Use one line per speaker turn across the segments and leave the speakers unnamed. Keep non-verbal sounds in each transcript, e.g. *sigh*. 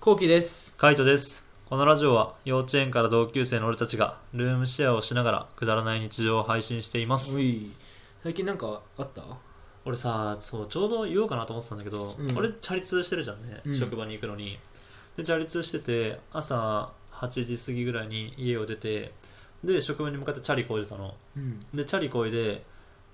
こうきです。
カイトです。このラジオは幼稚園から同級生の俺たちがルームシェアをしながらくだらない日常を配信しています。
おい、最近なんかあった
俺さ、そう、ちょうど言おうかなと思ってたんだけど、
うん
俺チャリ通してるじゃんね、
うん
職場に行くのに。で、チャリ通してて、朝8時過ぎぐらいに家を出て、で、職場に向かってチャリこいでたの。
うん。
で、チャリこいで、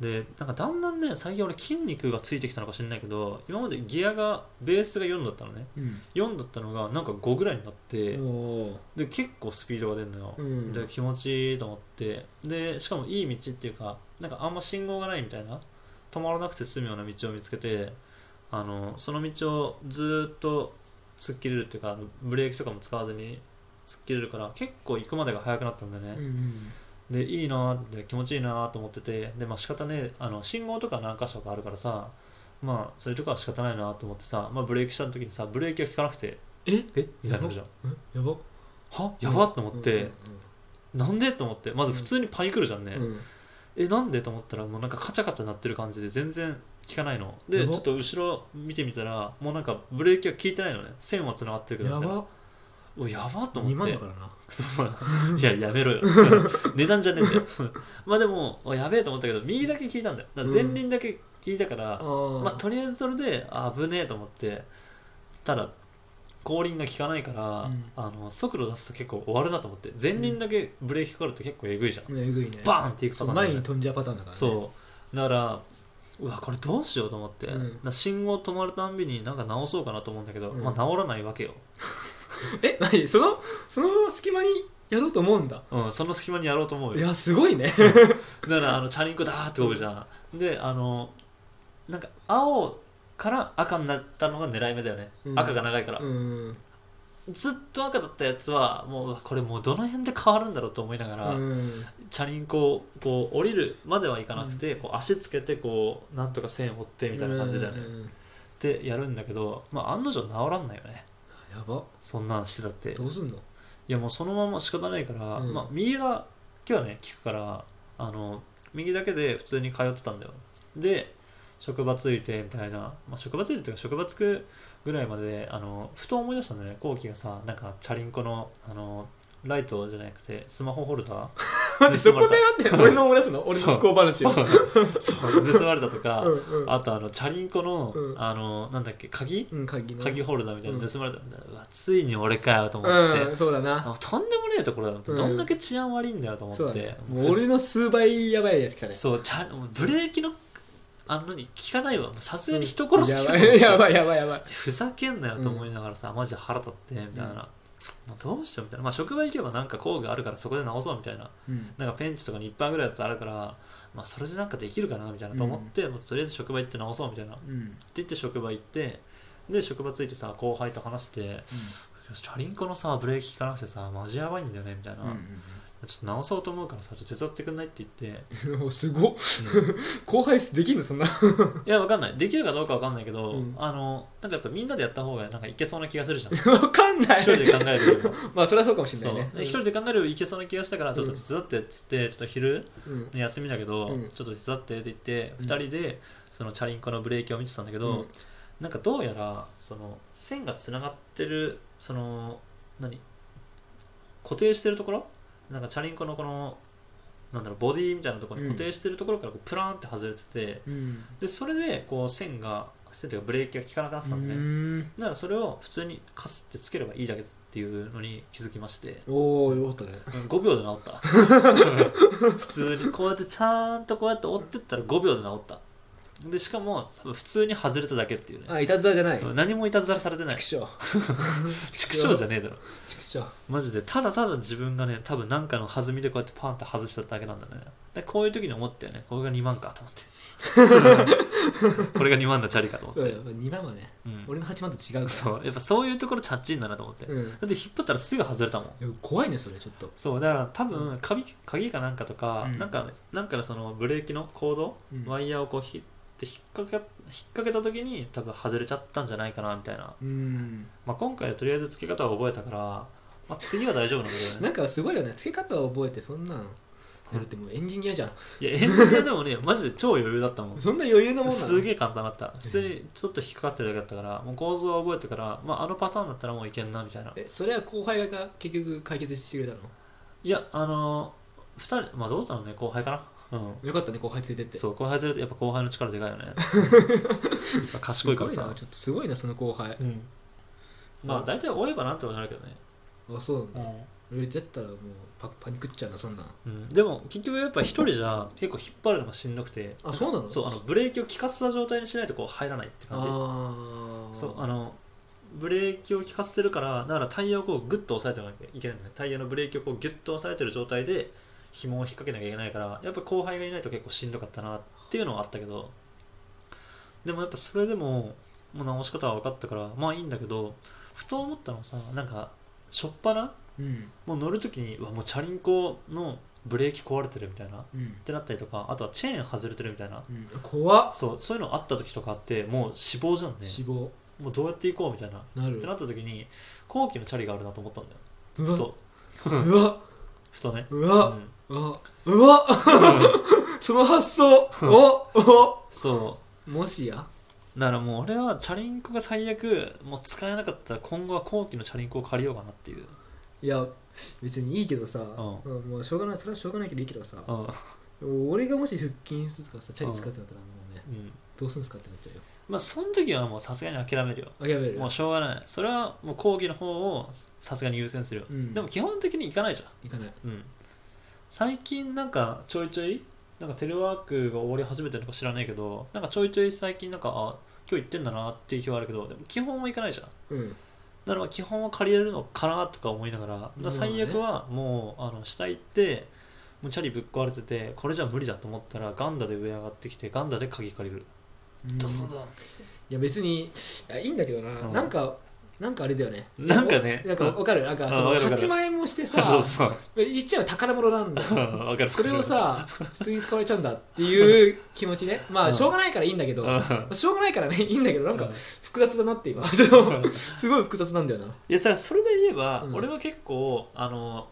で、なんかだんだんね、最近俺筋肉がついてきたのか知んないけど、今までギアが、ベースが4だったのね。
うん。
4だったのがなんか5ぐらいになって、
おー
で結構スピードが出るのよ、
うん
で気持ちいいと思ってでしかもいい道っていうかなんかあんま信号がないみたいな止まらなくて済むような道を見つけてあのその道をずーっと突っ切れるっていうかブレーキとかも使わずに突っ切れるから結構行くまでが早くなったんだよね、
うん。
でいいなーって気持ちいいなーと思っててでまあ仕方ねえあの信号とか何箇所かあるからさまあそういうとこは仕方ないなと思ってさ、まあ、ブレーキした時にさブレーキが効かなくて
え
えみたいになるじゃん
やば
はやばっと思って、。なんでと思ってまず普通にパニクるじゃんね、
うんうんうん
えなんでと思ったらもうなんかカチャカチャ鳴ってる感じで全然効かないの
や
で
ば
ちょっと後ろ見てみたらもうなんかブレーキが効いてないのね線は繋がってるけど
や
みたいな
ば
おやばっと思っ
2
て
万だからな。
そういやや
*laughs*
めろよ値段じゃねえんだよまあでもおやべえと思ったけど右だけ聞いたんだよだから前輪だけ聞いたから、まあとりあえずそれであ危ねえと思ってただ後輪が効かないから、
うん
あの速度出すと結構終わるなと思って前輪だけブレーキかかると結構えぐいじゃん、
ねえぐいね。
バーンっていくパ
そ
タ
う
ーンだよ
前
ね
に飛んじゃうパターンだからね。
そうだからうわこれどうしようと思って、
うん
だから信号止まるたんびになんか直そうかなと思うんだけど、
うん
まあ直らないわけよ、
え、なにその、その隙間にやろうと思うんだ。
うん、その隙間にやろうと思う
い
よ
や、すごいね。
だからあのチャリンコだーってこくじゃんであのなんか青から赤になったのが狙い目だよね、
うん
赤が長いから、
うん。
ずっと赤だったやつはもううわこれもうどの辺で変わるんだろうと思いながら、
うん
チャリンコをこう降りるまではいかなくて、こう足つけてこうなんとか線を追ってみたいな感じだよね、
うんうんうん
ってやるんだけど、まあ、案の定治らんないよね
やば。
そんなんしてたってい
どうす
*laughs*
んの
やもうそのまま仕方ないから、
うん
まあ、右が今日はね効くからあの右だけで普通に通ってたんだよで職場ついてみたいな、まあ、職場ついてというか職場つくぐらいまでであのふと思い出したんだよね後期がさなんかチャリンコのあのライトじゃなくてスマホホルダ
待って、そこでだって *laughs* 俺の思い出すの俺
そう
の不幸話を。
ーそう盗まれたとか、
うんうん
あとあのチャリンコの、
うん
あのなんだっけ鍵
うん、鍵ね。
鍵ホルダーみたいなの盗まれたんだ、うわついに俺かよと思って、
うん、そうだな。
あとんでもねえところだなと、
うん
どんだけ治安悪いんだよと思って
そうだね。
もう
もう俺の数倍やばいやつ来たね。
そうちゃんもうブレーキのあのに効かないわもうさすがに人殺し
や
聞
ば
く
いやばいやばいやばい。
ふざけんなよと思いながらさ、マジで腹立ってみたいな、
うん
もうどうしようみたいな、まあ、職場行けばなんか工具あるからそこで直そうみたいな
うん。
なんかペンチとかにいっぱいぐらいだったらあるから、まあ、それでなんかできるかなみたいなと思って、もうとりあえず職場行って直そうみたいなって
うん。
言って職場行ってで職場着いてさ後輩と話してチャリンコのさブレーキ効かなくてさマジやばいんだよねみたいな、ちょっと直そうと思うからさちょっと手伝ってくんないって言って、
うん。 *laughs* おすごっ。後輩できんのそんな。 *laughs*
いやわかんないできるかどうかわかんないけど、
うん
あのなんかやっぱみんなでやった方がなんかいけそうな気がするじゃん一
わかんない。
人で考えるよりも
まあ、 *laughs* それはそうかもしれ
そ
な
う
いね。
で一人で考えるよりいけそうな気がしたからちょっと手伝ってって言ってちょっと昼
うん。
休みだけど、
うん
ちょっと手伝ってって言って、
うん
二人でそのチャリンコのブレーキを見てたんだけど、
うん
なんかどうやらその線がつながってるその何固定してるところなんかチャリンコのこのなんだろうボディみたいなところに固定してるところからこうプラーンって外れてて、
うん。
でそれでこう線が線というかブレーキが効かなくなってたんでね、
うん
だからそれを普通にかすってつければいいだけっていうのに気づきま *laughs* して
おー、よかったね。
5秒で治った *laughs* 普通にこうやってちゃんとこうやって折ってったら5秒で治ったでしかも多分普通に外れただけっていうね
あ、いたずらじゃない。
何もいたずらされてない
畜生。
畜生じゃねえだろ
畜生。
マジでただただ自分がね多分なんかの弾みでこうやってパンって外しただけなんだねでこういう時に思ったよねこれが2万かと思って
*laughs*
これが2万のチャリかと思って、
2万はね、
うん
俺の8万と違うから。
そうやっぱそういうところチャッチンだなと思って、だ
うん。
って引っ張ったらすぐ外れたもん
でも怖いね、それ、ちょっと。
そうだから多分鍵鍵かなんかとか、
うん
なんかなんかのそのブレーキのコード、
うん
ワイヤーをこうひって引っ掛け引っ掛けた時に多分外れちゃったんじゃないかなみたいな、
うん。
まあ、今回はとりあえず付け方は覚えたから、まあ、次は大丈夫なんだけどね
なんかすごいよね。付け方を覚えて、そんなん。だってもうエンジニアじゃん
いやエンジニアでもねマジで超余裕だったもん
そんな余裕なもんなの
すげえ簡単だった普通にちょっと引っかかってるだけだったからもう構造は覚えてから、まあ、あのパターンだったらもういけんなみたいな
えそれは後輩が結局解決してくれたの
いやあのー、2人まあどうだったのね後輩かなうん
よかったね後輩連れてって
そう後輩連れてやっぱ後輩の力で
*laughs*
かいよねやっぱ賢いから
すご
さ
なちょっとすごいなその後輩
うんまあ大体追えばなんとかなるけどね、
あそうなんだ、俺だったらもうパパニックっちゃうなそんなん
うん、でも結局やっぱ一人じゃ結構引っ張るのがしんどくて
あそうなの
そうあのブレーキを効かせた状態にしないとこう入らないって感じ
あー
そうあのブレーキを効かせてるからだからタイヤをこうグッと押さえてなきゃいけないんだねタイヤのブレーキをこうギュッと押さえてる状態で紐を引っ掛けなきゃいけないからやっぱ後輩がいないと結構しんどかったなっていうのはあったけどでもやっぱそれでももう直し方は分かったからまあいいんだけどふと思ったのがさなんかしょっぱな
うん
もう乗る時にうわもうチャリンコのブレーキ壊れてるみたいなっ
うん
てなったりとかあとはチェーン外れてるみたいな
うん怖っ
そうそういうのあった時とかあってもう死亡じゃんね
死亡
もうどうやって行こうみたいな
な
って
る
なった時に後期のチャリがあるなと思ったんだよ
う
ふ
わ
と
うわ
ふとね、
う
う
わ
ん、 *laughs*
うわうわその発想お
そ
おもしや
うだからもう俺はチャリンコが最悪もう使えなかったら今後は後期のチャリンコを借りようかなっていう、
いや別にいいけどさ、
ん
うんもうしょうがないそれはしょうがないけどいいけどさ、
うん
俺がもし腹筋するとかさチャリ使ってなったらもうね、
うん、
どうするんすかってなっちゃうよ
まあその時はもうさすがに諦めるよ
諦める
もうしょうがないそれはもう後期の方をさすがに優先するよ、
うん
でも基本的に行かないじゃん
いかない
うん、最近なんかちょいちょいなんかテレワークが終わり始めてるのか知らないけどなんかちょいちょい最近なんかあ今日行ってんだなっていう日はあるけどでも基本は行かないじゃんだ
うん
からまあ基本は借りれるのかなとか思いながらだから最悪はもうあの下行ってもうチャリぶっ壊れててこれじゃ無理だと思ったらガンダで上上がってきてガンダで鍵借りる
うん
ドドドンって
いや別にいやいいんだけどな、
うん
なんかなんかあれだよね
なんかね
おなんかわかるなんか
うん
その
わかるわかる
8万円もしてさ
*laughs* そ
*laughs*
うそう
言っちゃう宝物なんだよ
わかる
それをさ
*laughs*
普通に使われちゃうんだっていう気持ちねま
う
あ
ん
しょうがないからいいんだけど、
うんうん
しょうがないからねいいんだけどなんか複雑だなって今 *laughs*
*laughs* うん
すごい複雑なんだよない
やだからそれで言えば、
うん
俺は結構あの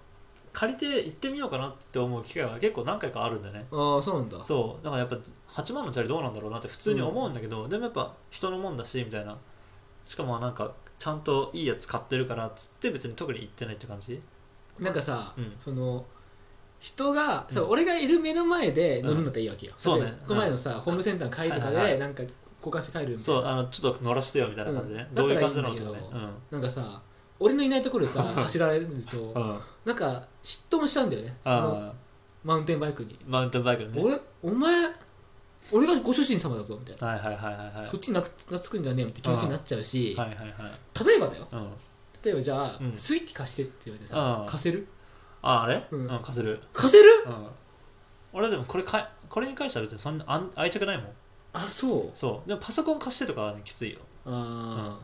借りて行ってみようかなって思う機会が結構何回かあるんだよね
ああそうなんだ
そうだからやっぱ8万のチャリどうなんだろうなって普通に思うんだけど、でもやっぱ人のもんだしみたいなしかもなんかちゃんといいやつ買ってるからっつって別に特に行ってないって感じ
なんかさ、
うん
その人が、
うん
そう俺がいる目の前で乗るんだったらいいわけよ、
そうね
だってこの前のさ、ホームセンターの帰りとか
はいはいは
でなんか交換して帰るみたい
そう
な
あのちょっと乗らしてよみたいな感じでね、
うん
どういう感じなの
だ
と
った
か
いい
らね
んだけなんかさ俺のいないところで
*laughs*
さ走られる
うん、
と
うん、あ
なんか嫉妬もしちゃうんだよねその
あ
マウンテンバイクに
マウンテンバイクの
「
ね
俺お前俺がご主人様だぞ」みたいな、
はいはいはいはいはい
そっちになく懐くんじゃねえよって気持ちになっちゃうし、
はいはいはい
例えばだよ
うん
例えばじゃあ、
うん
スイッチ貸してって言われてさ、
うん
貸せる
ああれ、う、
うんん
貸せる
貸せる
うん、俺でもこれかいこれに関しては別にそんなあん愛着ないもん
あそう
そうでもパソコン貸してとかはねきついよ
あ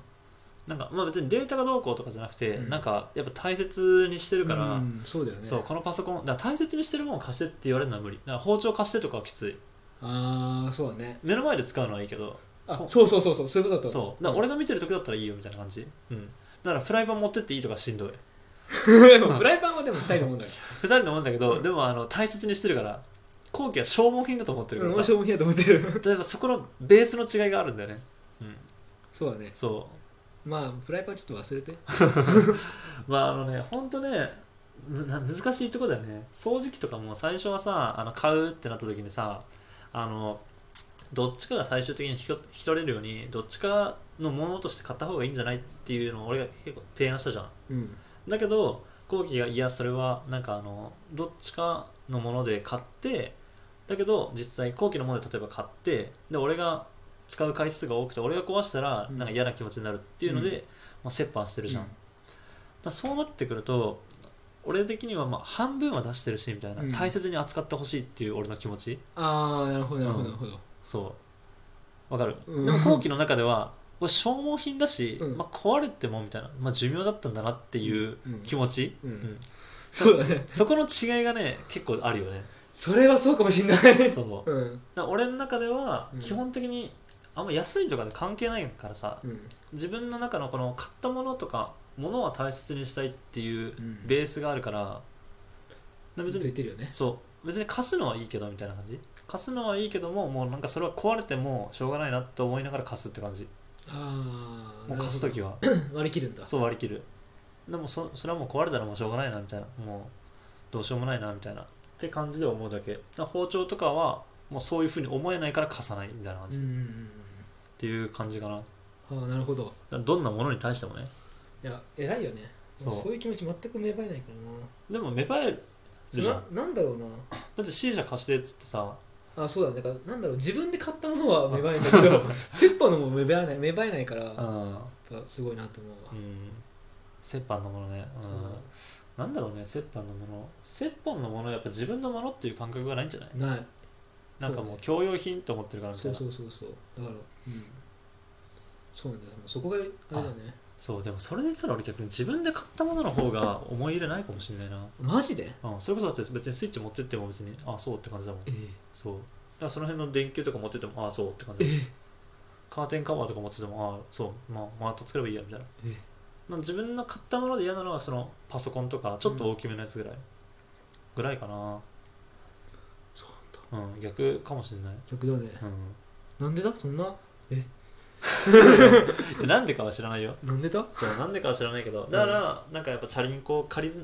なんかまあ別にデータがどうこうとかじゃなくて、
うん
なんかやっぱ大切にして
あ、
るから、
うんそうだよね
そうこのパソコンだから大切にしてるものを貸してって言われるのは無理だから包丁貸してとかはきつい
ああそうだね
目の前で使うのはいいけど
あそうそうそうそうそういうことだと思
そうだから俺が見てる時だったらいいよみたいな感じうんだからフライパン持ってっていいとかしんどい
でも *laughs* フライパンはでも2人のもん
*laughs*
だか
二人のもんだけど、でもあの大切にしてるから後期は消耗品だと思って
ら
るか
面
ら
白いやと思ってる
例えばそこのベースの違いがあるんだよねうん
そうだね
そう
まあフライパンちょっと忘れて
まああのね、本当ね、むな難しいとこだよね。掃除機とかも最初はさ、あの買うってなった時にさ、あの、どっちかが最終的に引き引き取れるように、どっちかのものとして買った方がいいんじゃないっていうのを俺が結構提案したじゃん。
うん
だけど、後期が、いや、それは、なんかあの、どっちかのもので買って、だけど、実際、後期のもので例えば買って、で、俺が使う回数が多くて、俺が壊したら、なんか嫌な気持ちになるっていうので、
うん
まあ、折半してるじゃんだからそうなってくると俺的にはまあ半分は出してるしみたいな、
うん
大切に扱ってほしいっていう俺の気持ち
ああなるほどなるほどなるほど
そうわかる、
うん
でも後期の中ではこれ消耗品だし、
うん
まあ、壊れてもみたいな、まあ、寿命だったんだなっていう
うん
気持ち、
うん
うん
そうだね
*laughs* そこの違いがね結構ある
*laughs*
よね
それはそうかもしんない
そうだか
うん
ら俺の中では
うん
基本的にあんま安いとかで関係ないからさ、
うん
自分の中のこの買ったものとかものは大切にしたいっていううんベースがあるから、
ずっ
別
と言っ
に
てるよね
そう別に貸すのはいいけどみたいな感じ貸すのはいいけどももうなんかそれは壊れてもしょうがないなと思いながら貸すって感じ
ああ
もう貸す時
は
は
割り切るんだ
そう割り切るでもそそれはもう壊れたらもうしょうがないなみたいなもうどうしようもないなみたいなって感じで思うだけだから包丁とかはもうそういうふうに思えないから貸さないみたいな感
う
じ、
ん
っ
うん
ていう感じかなだか
うんああなるほど
らどんなものに対してもね
いや偉いよね
そ
そうういう気持ち全く芽生えないからな
でも芽生える
そ
じ
れ
ゃん
ななんだろうな
だって C 社貸してっつってさ
あそうだねだからなんだろう自分で買ったものは芽生えないけ
*laughs*
ど折半のも芽生えない芽生えないから
う
やっ
ん、
ぱすごいなと思うわ
うん、折半のものね、うん
そうだね
なんだろうね折半のもの折半のものやっぱ自分のものっていう感覚がないんじゃない
ない
なんかもう
そうね
共用品と思ってるからみた
そ
いうな
そうそうそうだからうんそうなんだよそこがあれだね
そうでもそれで言ったら俺逆に自分で買ったものの方が思い入れないかもしれないな、
マジで
うん、それこそだって別にスイッチ持ってっても別にあそうって感じだもん
え
そうだからその辺の電球とか持ってってもあそうって感
え
じカーテンカバーとか持っててもあそうまあまた作ればいいやみたいな
え
なんか自分の買ったもので嫌なのはそのパソコンとかちょっと大きめのやつぐらい、ぐらいかな
そうなんだ
うん逆かもしれない、
逆だね
う、
なんでだそんなん
なんでかは知らないよ
なんでだ
そうなんでかは知らないけどだから、なんかやっぱチャリンコを借り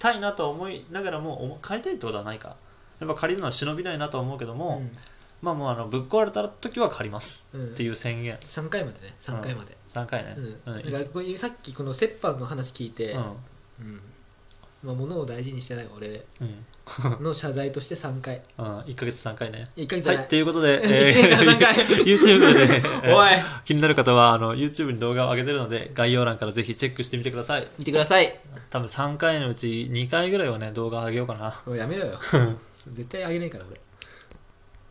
たいなと思いながらもおも借りたいってことはないかやっぱ借りるのは忍びないなとは思うけども、まあもうあのぶっ壊れた時は借ります
うんうん
っていう宣言
3回までね3回まで
3回ね
うん、
うん
だからここにさっきこの折半の話聞いて、
う
うん
ん
まあ、物を大事にしてない俺
うん
の謝罪として3回
うん、1ヶ月3回ね
1ヶ月じ
は
ゃ
い
ない、
ということで、
*laughs* 一年間三回
YouTube でね、え
*laughs*
ー
おい
*laughs* 気になる方はあの YouTube に動画を上げてるので概要欄からぜひチェックしてみてください
見てください
多分3回のうち2回ぐらいはね動画上げようかな
もうやめろよ絶対あげねえから俺